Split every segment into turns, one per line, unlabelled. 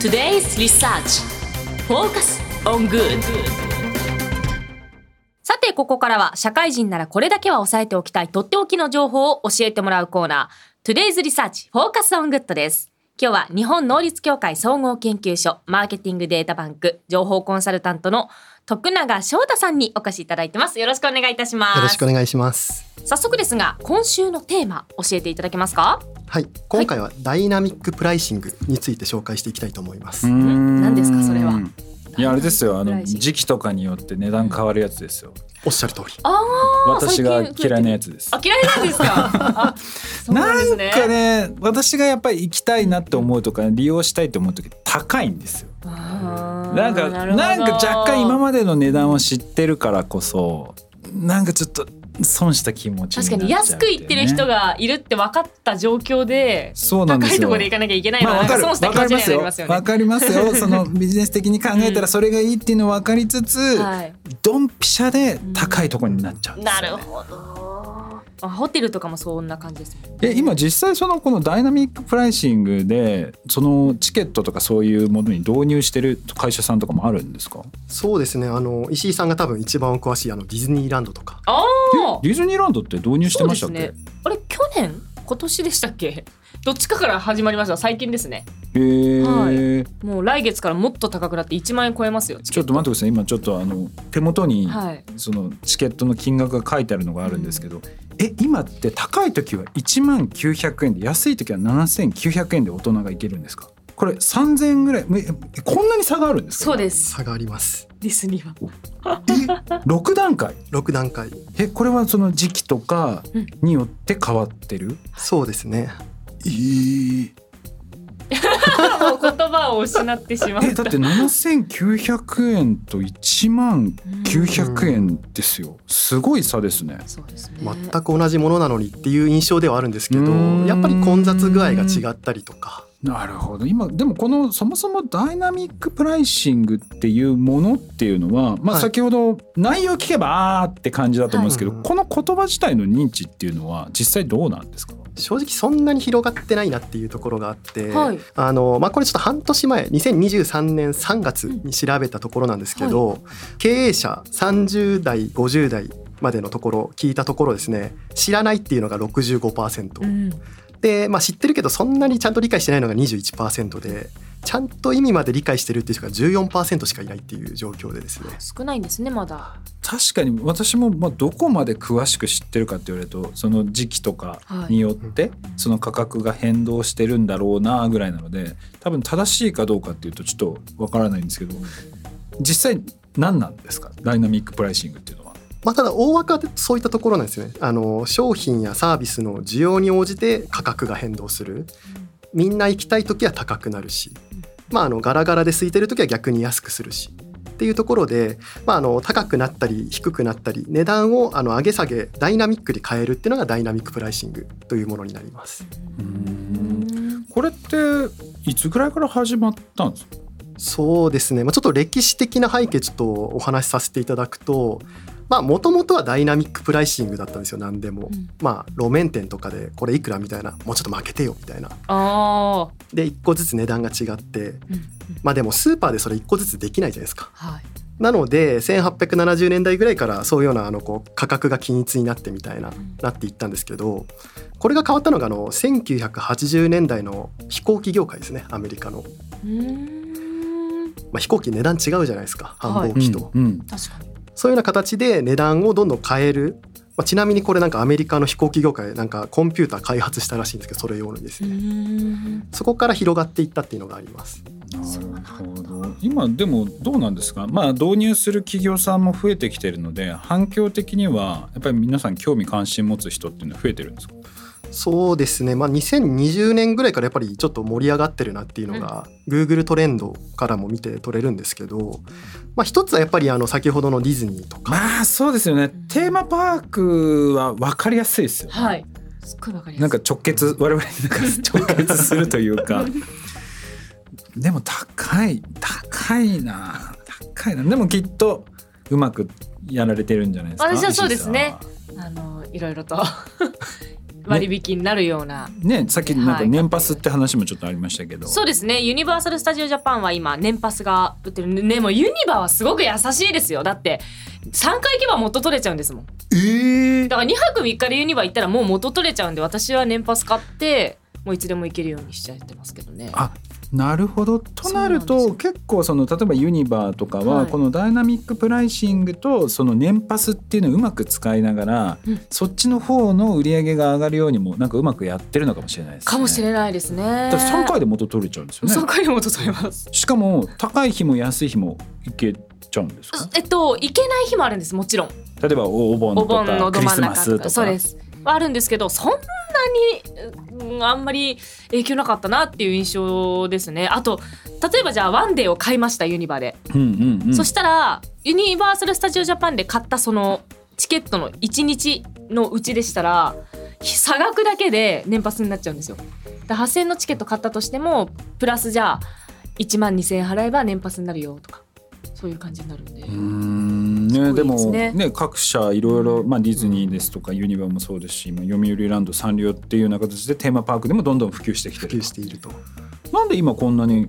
Today's Research Focus on Good
さて、ここからは社会人ならこれだけは押さえておきたいとっておきの情報を教えてもらうコーナー Today's Research Focus on Good です。今日は日本能率協会総合研究所マーケティングデータバンク情報コンサルタントの徳永翔太さんにお越しいただいてます。よろしくお願いいたします。
よろしくお願いします。
早速ですが、今週のテーマ教えていただけますか
はい、今回はダイナミックプライシングについて紹介していきたいと思います。
何
何
ですかそれはい
やあれですよあ
プ
の
ライシング
時期とかによって値段変わるやつですよ
おっしゃる通り。
あー
私が
最近増
嫌
えて
いな
る
やつです
あ、嫌いなんですかあそうなんですね。
なんかね私がやっぱり行きたいなって思うとか利用したいと思う時高いんですよ
あー
なんか
な
な
るほど
んか若干今までの値段を知ってるからこそなんかちょっと損した気持ちにな
確
っちゃ
か
う
に安く行ってる人
が
がいるって分かった状況で
そうなんで
高
すよ
いところで行かなきゃいけないの
ま
は
あわ
なんか
かる
損
わ
した気
か
持ちに
ります
なり
よ
ますよ
わ
ね。
かります よそのビジネス的に考えたらそれがいいっていうの分かりつつ
はい、
ドンピシャで高いところになっちゃうんです
な
よね
るほど。あホテルとかもそんな感じですもんね。
え今実際そのこのダイナミックプライシングでそのチケットとかそういうものに導入してる会社さんとかもあるんですか
そうですね。あの石井さんが多分一番お詳しいあのディズニーランドとか。
ああ
え、ディズニーランドって導入して
そう
ま
で
した
す
っけ、
ね。あれ去年今年でしたっけ？ どっちかから始まりました。最近ですね。
えー
もう来月からもっと高くなって1万円超えますよ。
ちょっと待ってください今ちょっとあの手元に
はい。
そのチケットの金額が書いてあるのがあるんですけど、え今って高い時は1万900円で安い時は7900円で大人が行けるんですかこれ3000円ぐらいえこんなに差があるんです
そ
か
うです。
差があります。
ディズニー は。
6段階
六段階。
えこれはその時期とかによって変わってる、
そうですね。
もう言葉を失ってしまう。
えだって7900円と1万900円ですよすごい差ですね
そうですね。
全く同じものなのにっていう印象ではあるんですけ
う
ど、
ーん
やっぱり混雑具合が違ったりとか。
なるほど今でもこのそもそもダイナミックプライシングっていうものっていうのは、まあ、
はい
先ほど内容聞けばあーって感じだと思うんですけど、
はい
この言葉自体の認知っていうのは実際どうなんですか
正直そんなに広がってないなっていうところがあって、
はい
あのまあ、これちょっと半年前2023年3月に調べたところなんですけど、経営者30代50代までのところ聞いたところですね知らないっていうのが65%、
うん。
で、まあ、知ってるけどそんなにちゃんと理解してないのが21%でちゃんと意味まで理解してるっていう人が14%しかいないっていう状況でですね。
少ないんですねまだ。
確かに私もまあどこまで詳しく知ってるかって言われるとその時期とかによってその価格が変動してるんだろうなぐらいなので多分正しいかどうかっていうとちょっとわからないんですけど実際何なんですかダイナミックプライシングっていうのは。
まあ、ただ大枠はそういったところなんですよねあの商品やサービスの需要に応じて価格が変動するみんな行きたい時は高くなるし、まあ、あのガラガラで空いてる時は逆に安くするしっていうところで、まあ、あの高くなったり低くなったり値段をあの上げ下げダイナミックに変えるっていうのがダイナミックプライシングというものになります。
これっていつぐらいから始まったんですか
そうですね、まあ、ちょっと歴史的な背景ちょっとお話しさせていただくともともとはダイナミックプライシングだったんですよ何でも、
うん
まあ路面店とかでこれいくらみたいなもうちょっと負けてよみたいな
ああ。
で1個ずつ値段が違って
うんうん
まあでもスーパーでそれ1個ずつできないじゃないですか
はい。
なので1870年代ぐらいからそういうようなあのこう価格が均一になってみたいななっていったんですけどこれが変わったのがあの1980年代の飛行機業界ですねアメリカの、
うーん。
まあ、飛行機値段違うじゃないですか繁忙期と、
うん
確かに。
そういうような形で値段をどんどん変える、まあ、ちなみにこれなんかアメリカの飛行機業界なんかコンピューター開発したらしいんですけどそれ用にです
う
ね
ーん。
そこから広がっていったっていうのがあります
なるほど今でもどうなんですかまあ導入する企業さんも増えてきてるので反響的にはやっぱり皆さん興味関心持つ人っていうのは増えてるんですか
そうですね、まあ、2020年ぐらいからやっぱりちょっと盛り上がってるなっていうのが、Google トレンドからも見て取れるんですけど、まあ、一つはやっぱりあの先ほどのディズニーとか
まあそうですよねテーマパークは分かりやすいですよ
はい。すっごいわかりやすい。
なんか直結我々になんか直結するという かでも高い高いな高いなでもきっとうまくやられてるんじゃないですか
私はそうですね
石井さんは
あのいろいろと割引になるような、
ねさっきなん
は
か
い
年パスって話もちょっとありましたけど、
そうですねユニバーサル・スタジオ・ジャパンは今年パスが売ってるねもうユニバはすごく優しいですよだって3回行けば元取れちゃうんですもん
ええ
だから2泊3日でユニバ行ったらもう元取れちゃうんで私は年パス買ってもういつでも行けるようにしちゃってますけどね
あなるほどとなる
そうなん
と結構その例えばユニバーとか
は
はいこのダイナミックプライシングとその年パスっていうのをうまく使いながら、
うん
そっちの方の売り上げが上がるようにもなんかうまくやってるのかもしれないですね。
かもしれないですね
だから3回で元取れちゃうんですよね
3。回で元取れます
しかも高い日も安い日もいけちゃうんですか
えっと行けない日もあるんですもちろん
例えばお盆
お
と
盆
か
の
ク
ど
リ
真
ス
ん
マ
中
ス
と
とか
かそうですはあるんですけどそんなにうんあんまり影響なかったなっていう印象ですねあと例えばじゃあワンデーを買いましたユニバで、
うんうんうん、
そしたらユニバーサル・スタジオ・ジャパンで買ったそのチケットの1日のうちでしたら差額だけで年パスになっちゃうんですよだから8000円のチケット買ったとしてもプラスじゃあ1万2000円払えば年パスになるよとかそういう感じになるんで、
うーんね、
ごい
で
です
も
ね
ね各社いろいろ、まあ、ディズニーですとか、ユニバもそうですし今読売ランドサンリオっていうような形でテーマパークでもどんどん普及してきて
普
る
及していると
なんで今こんなに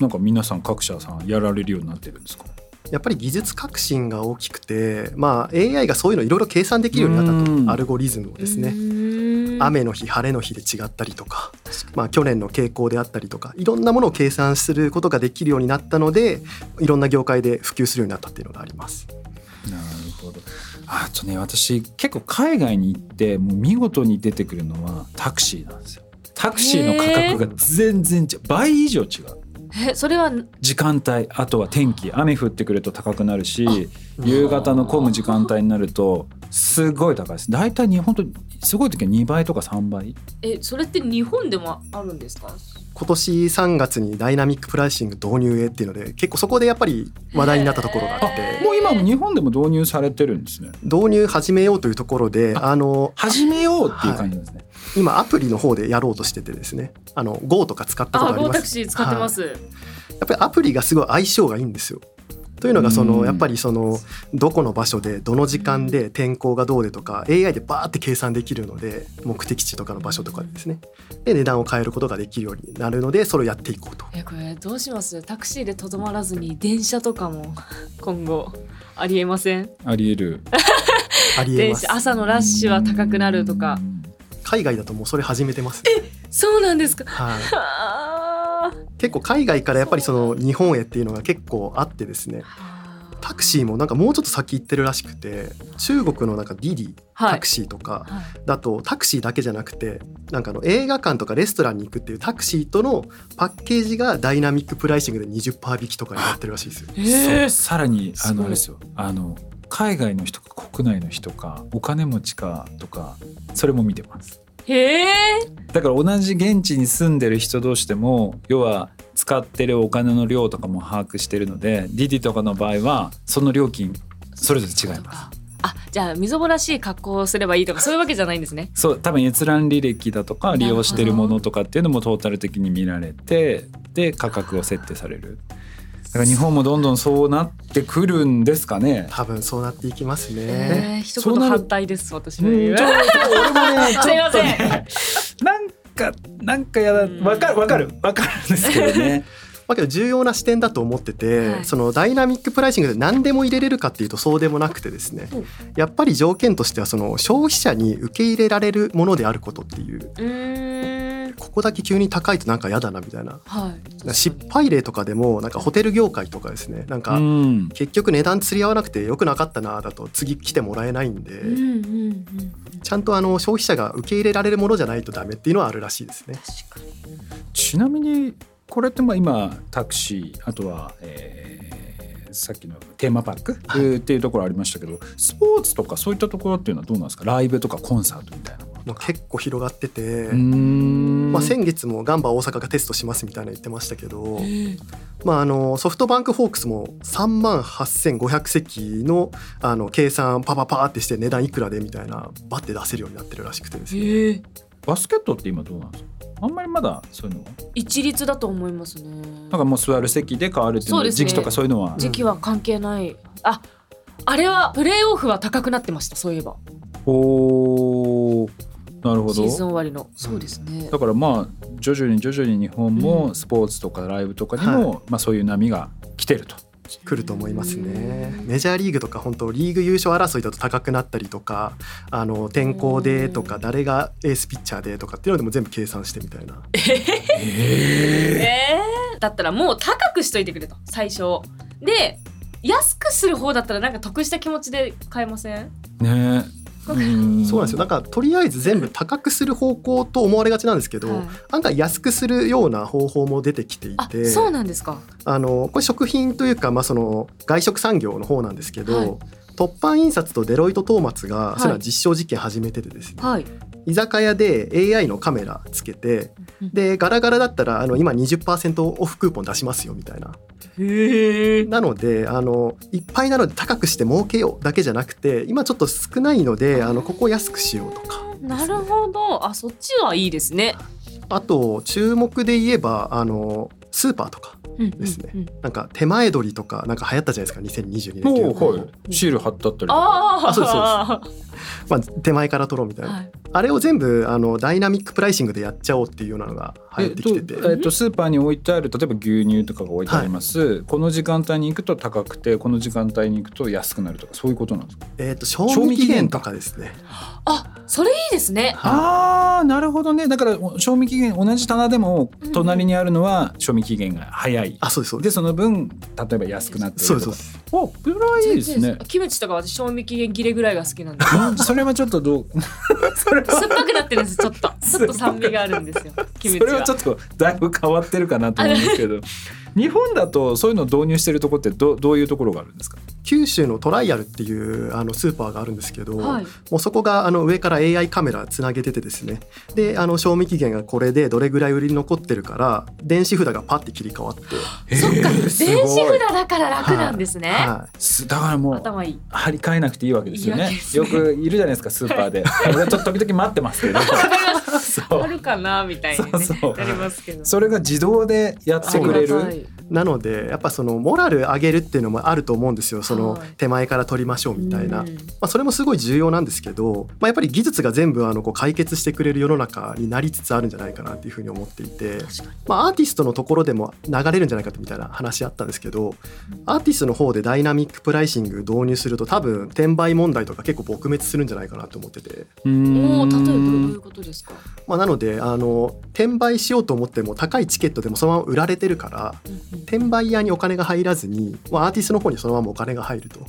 なんか皆さん各社さんやられるようになってるんですか
やっぱり技術革新が大きくて、まあ、AI がそういうのいろいろ計算できるようになった
うん
とアルゴリズムをですね
ね
雨の日晴れの日で違ったりとかまあ、去年の傾向であったりとかいろんなものを計算することができるようになったのでいろんな業界で普及するようになったっていうのがあります。
なるほどあとね私結構海外に行ってもう見事に出てくるのはタクシーなんですよタクシーの価格が全然違う倍以上違う
えそれは
時間帯あとは天気雨降ってくると高くなるし夕方の混む時間帯になるとすごい高いです大体日本とすごい時は2倍とか3倍
えそれって日本でもあるんですか
今年3月にダイナミックプライシング導入へっていうので結構そこでやっぱり話題になったところがあって
もう今も日本でも導入されてるんですね
導入始めようというところであの
始めようっていう感じなんですね、
今アプリの方でやろうとしててですねあの Go とか使ったこと
あ
あり
ゴー
ます
タクシー使ってます、
やっぱりアプリがすごい相性がいいんですよ。というのがその
うん
やっぱりそのどこの場所でどの時間で天候がどうでとか AI でバーって計算できるので目的地とかの場所とかですねで値段を変えることができるようになるのでそれをやっていこうと
えこれどうしますタクシーでとどまらずに電車とかも今後ありえません
ありえる
ありえ
電
ます
車朝のラッシュは高くなるとか
海外だともうそれ始めてます、
そうなんですか
はい、
あー
結構海外からやっぱりその日本へっていうのが結構あってですねタクシーもなんかもうちょっと先行ってるらしくて中国のなんかディディ
はい
タクシーとか
はい
だとタクシーだけじゃなくてなんかあの映画館とかレストランに行くっていうタクシーとのパッケージがダイナミックプライシングで20%引きとかになってるらしいですよ。
そ
え
うさらにあ
すご
の
い
あれですよあの海外の人か国内の人かお金持ちかとかそれも見てます
ー、え
だから同じ現地に住んでる人同士でも要は使ってるお金の量とかも把握してるのでディディとかの場合はその料金それぞれ違います。
あじゃあ溝ぼらしい格好をすればいいとかそういうわけじゃないんですね
そう多分閲覧履歴だとか利用してるものとかっていうのもトータル的に見られてで価格を設定されるだから日本もどんどんそうなってくるんですかね
多分そうなっていきますね。
えー、一
そう
言
なる
反対です私
う
の言
ん
う
ちょっと俺もねち ょっと
すいません
ねなんかなんかやだわかるわかるわかるんですけどね
まあけど重要な視点だと思ってて、
はい
そのダイナミックプライシングで何でも入れれるかっていうとそうでもなくてですね
うん
やっぱり条件としてはその消費者に受け入れられるものであることっていう
うーん
ここだけ急に高いとなんか嫌だなみたいな
はい
失敗例とかでもなんかホテル業界とかですねなん
う
か
ん
結局値段釣り合わなくて良くなかったなだと次来てもらえないんで。
うんうんうん
ちゃんとあの消費者が受け入れられるものじゃないとダメっていうのはあるらしいですね。
確かに
ちなみにこれってまあ今タクシーあとは、えーさっきのテーマパーク、
はい
えーっていうところありましたけどスポーツとかそういったところっていうのはどうなんですかライブとかコンサートみたいなもの
もう結構広がってて、
うーん
まあ、先月もガンバ大阪がテストしますみたいなの言ってましたけど、
え
まあ、あのソフトバンクホークスも3万8500席のあの計算パパパーってして値段いくらでみたいなバッて出せるようになってるらしくてですね。
ー、
バスケットって今どうなんですかあんまりまだそういうのは
一律だと思いますね
なんかもう座る席で変わるっていう
そ
の
うですね
時期とかそういうのは
時期は関係ない、ああれはプレーオフは高くなってましたそういえば
おーなるほ
シー
ど
ズン終わりの
そうですね
だからまあ徐々に徐々に日本もスポーツとかライブとかにも、まあ、そういう波が来てると。
来ると思いますね。メジャーリーグとか本当リーグ優勝争いだと高くなったりとかあの天候でとか誰がエースピッチャーでとかっていうのでも全部計算してみたいな
えーだったらもう高くしといてくれと最初で安くする方だったらなんか得した気持ちで買えません
ねえ、
そうなんですよなんかとりあえず全部高くする方向と思われがちなんですけど、
はい
案外安くするような方法も出てきてい
あ
て
そうなんですか
あのこれ食品というか、まあ、その外食産業の方なんですけど、
はい
凸版印刷とデロイト・トーマツが
い
それは実証実験始めててですね、
はい
居酒屋で AI のカメラつけて
うん
でガラガラだったらあの今20%オフクーポン出しますよみたいな
へえ
なのであのいっぱいなので高くして儲けようだけじゃなくて今ちょっと少ないのであのここを安くしようとか
なるほどあそっちはいいですね
あと注目で言えばあのスーパーとかですね
うんうん
なんか手前取りとかなんか流行ったじゃないですか2022年
も
とか
う、はい、シール貼ってあったりとか
ああ
あそうです
そ
まあ、手前から取ろうみたいな、
はい
あれを全部あのダイナミックプライシングでやっちゃおうっていうようなのが
え
入っ
ってと
き
え
てて、
っとスーパーに置いてある例えば牛乳とかが置いてあります、この時間帯に行くと高くてこの時間帯に行くと安くなるとかそういうことなんですか
えっと賞味期限とかですね
あそれいいですね
はい
あーなるほどねだからお賞味期限同じ棚でも隣にあるのは賞味期限が早い、
あそうですそうで
ですその分例えば安くなってる
そうです
と
そう
か
です
おそれはいいですね
キムチとか私賞味期限切れぐらいが好きなん で
うんそれはちょっとどうそれは
酸っぱくなってるんですちょっとちょっと酸味があるん ですよキムチ
それはちょっとだいぶ変わってるかなと思うんですけど日本だとそういうの導入してるとこってどどういうところがあるんですか
九州のトライアルっていうあのスーパーがあるんですけど、
はい
もうそこがあの上から AI カメラつなげててですねであの賞味期限がこれでどれぐらい売り残ってるから電子札がパッて切り替わって、
そっか
えー
電
す
子
ごい
札だから楽なんですね、
はい、
すだからもう
頭いい
張り替えなくていいわけですよ
いいわ
ね
けです
よ
ね
くいるじゃないですかスーパ ーで俺ちょっと時々待ってますけどそ
あ
う
るかなみたいなね
そうそう
なりますけど
それが自動でやってく
あ
れ
りがた
る
い
なのでやっぱそのモラル上げるっていうのもあると思うんですよその
はい
手前から取りましょうみたいな、
うん
まあ、それもすごい重要なんですけど、まあ、やっぱり技術が全部あのこう解決してくれる世の中になりつつあるんじゃないかなっていうふうに思っていて、まあ、アーティストのところでも流れるんじゃないかってみたいな話あったんですけどアーティストの方でダイナミックプライシング導入すると多分転売問題とか結構撲滅するんじゃないかなと思ってて、
も
も
う例えばどういうことですか
まあ、なのであの転売しようと思っても高いチケットでもそのまま売られてるから転売屋にお金が入らずに、まあ、アーティストの方にそのままお金が入るとい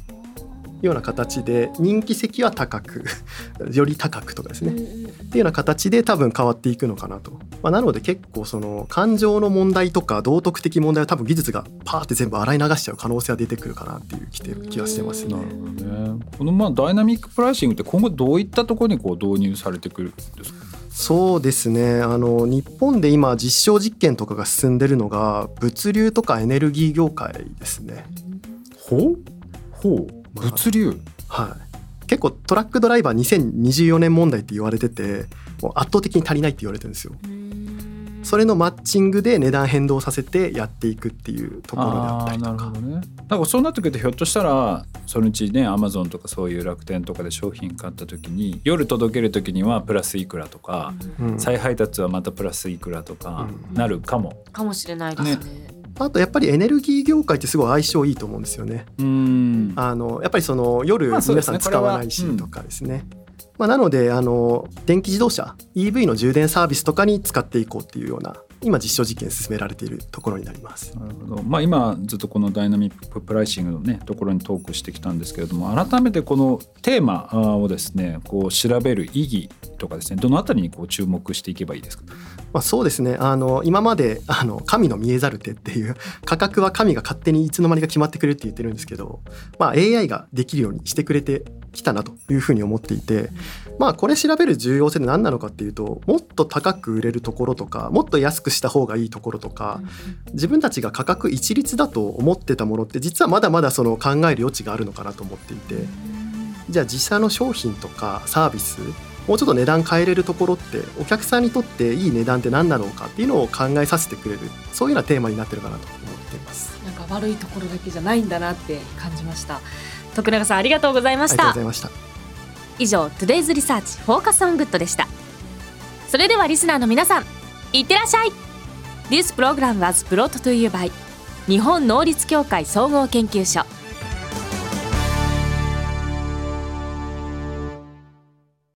うような形で人気席は高く より高くとかですね、っていうような形で多分変わっていくのかなと、まあ、なので結構その感情の問題とか道徳的問題は多分技術がパーって全部洗い流しちゃう可能性は出てくるかなっていうきて気がしてます
なる
ね。
ほどねこのまあダイナミックプライシングって今後どういったところにこう導入されてくるんですか
そうですねあの日本で今実証実験とかが進んでるのが物流とかエネルギー業界ですね。
ほうほう
まあ
物流、
はい、結構トラックドライバー2024年問題って言われててもう圧倒的に足りないって言われてるんですよ。それのマッチングで値段変動させてやっていくっていうところであったりと
あーなるほ
か
どねなんかそうなってくるとひょっとしたらそのうちねアマゾンとかそういう楽天とかで商品買った時に夜届ける時にはプラスいくらとか、
うん
再配達はまたプラスいくらとか
うん
なるかも。
かもしれないですね
あとやっぱりエネルギー業界ってすごい相性いいと思うんですよね。
うん
あのやっぱりその夜
まあ
皆
そうですね
さん使わないしとかですね。まあ、なのであの電気自動車 EV の充電サービスとかに使っていこうっていうような今実証実験進められているところになります。
なるほどまあ、今ずっとこのダイナミックプライシングのねところにトークしてきたんですけれども改めてこのテーマあーをですねこう調べる意義とかですねどのあたりにこう注目していけばいいですか
まあ、そうですねあの今まであの神の見えざる手っていう価格は神が勝手にいつの間にか決まってくれるって言ってるんですけど、まあ、AI ができるようにしてくれてきたなというふうに思っていて、まあ、これ調べる重要性って何なのかっていうともっと高く売れるところとかもっと安くした方がいいところとか自分たちが価格一律だと思ってたものって実はまだまだその考える余地があるのかなと思っていてじゃあ実際の商品とかサービスもうちょっと値段変えれるところってお客さんにとっていい値段って何だろうかっていうのを考えさせてくれるそういうようなテーマになってるかなと思っています。
なんか悪いところだけじゃないんだなって感じました徳永さんありがとうございま
あ
し
りがと
た
うございました
以上 Today's Research Focus on Good でしたそれではリスナーの皆さんいってらっしゃい This program was brought to you by 日本能率協会総合研究所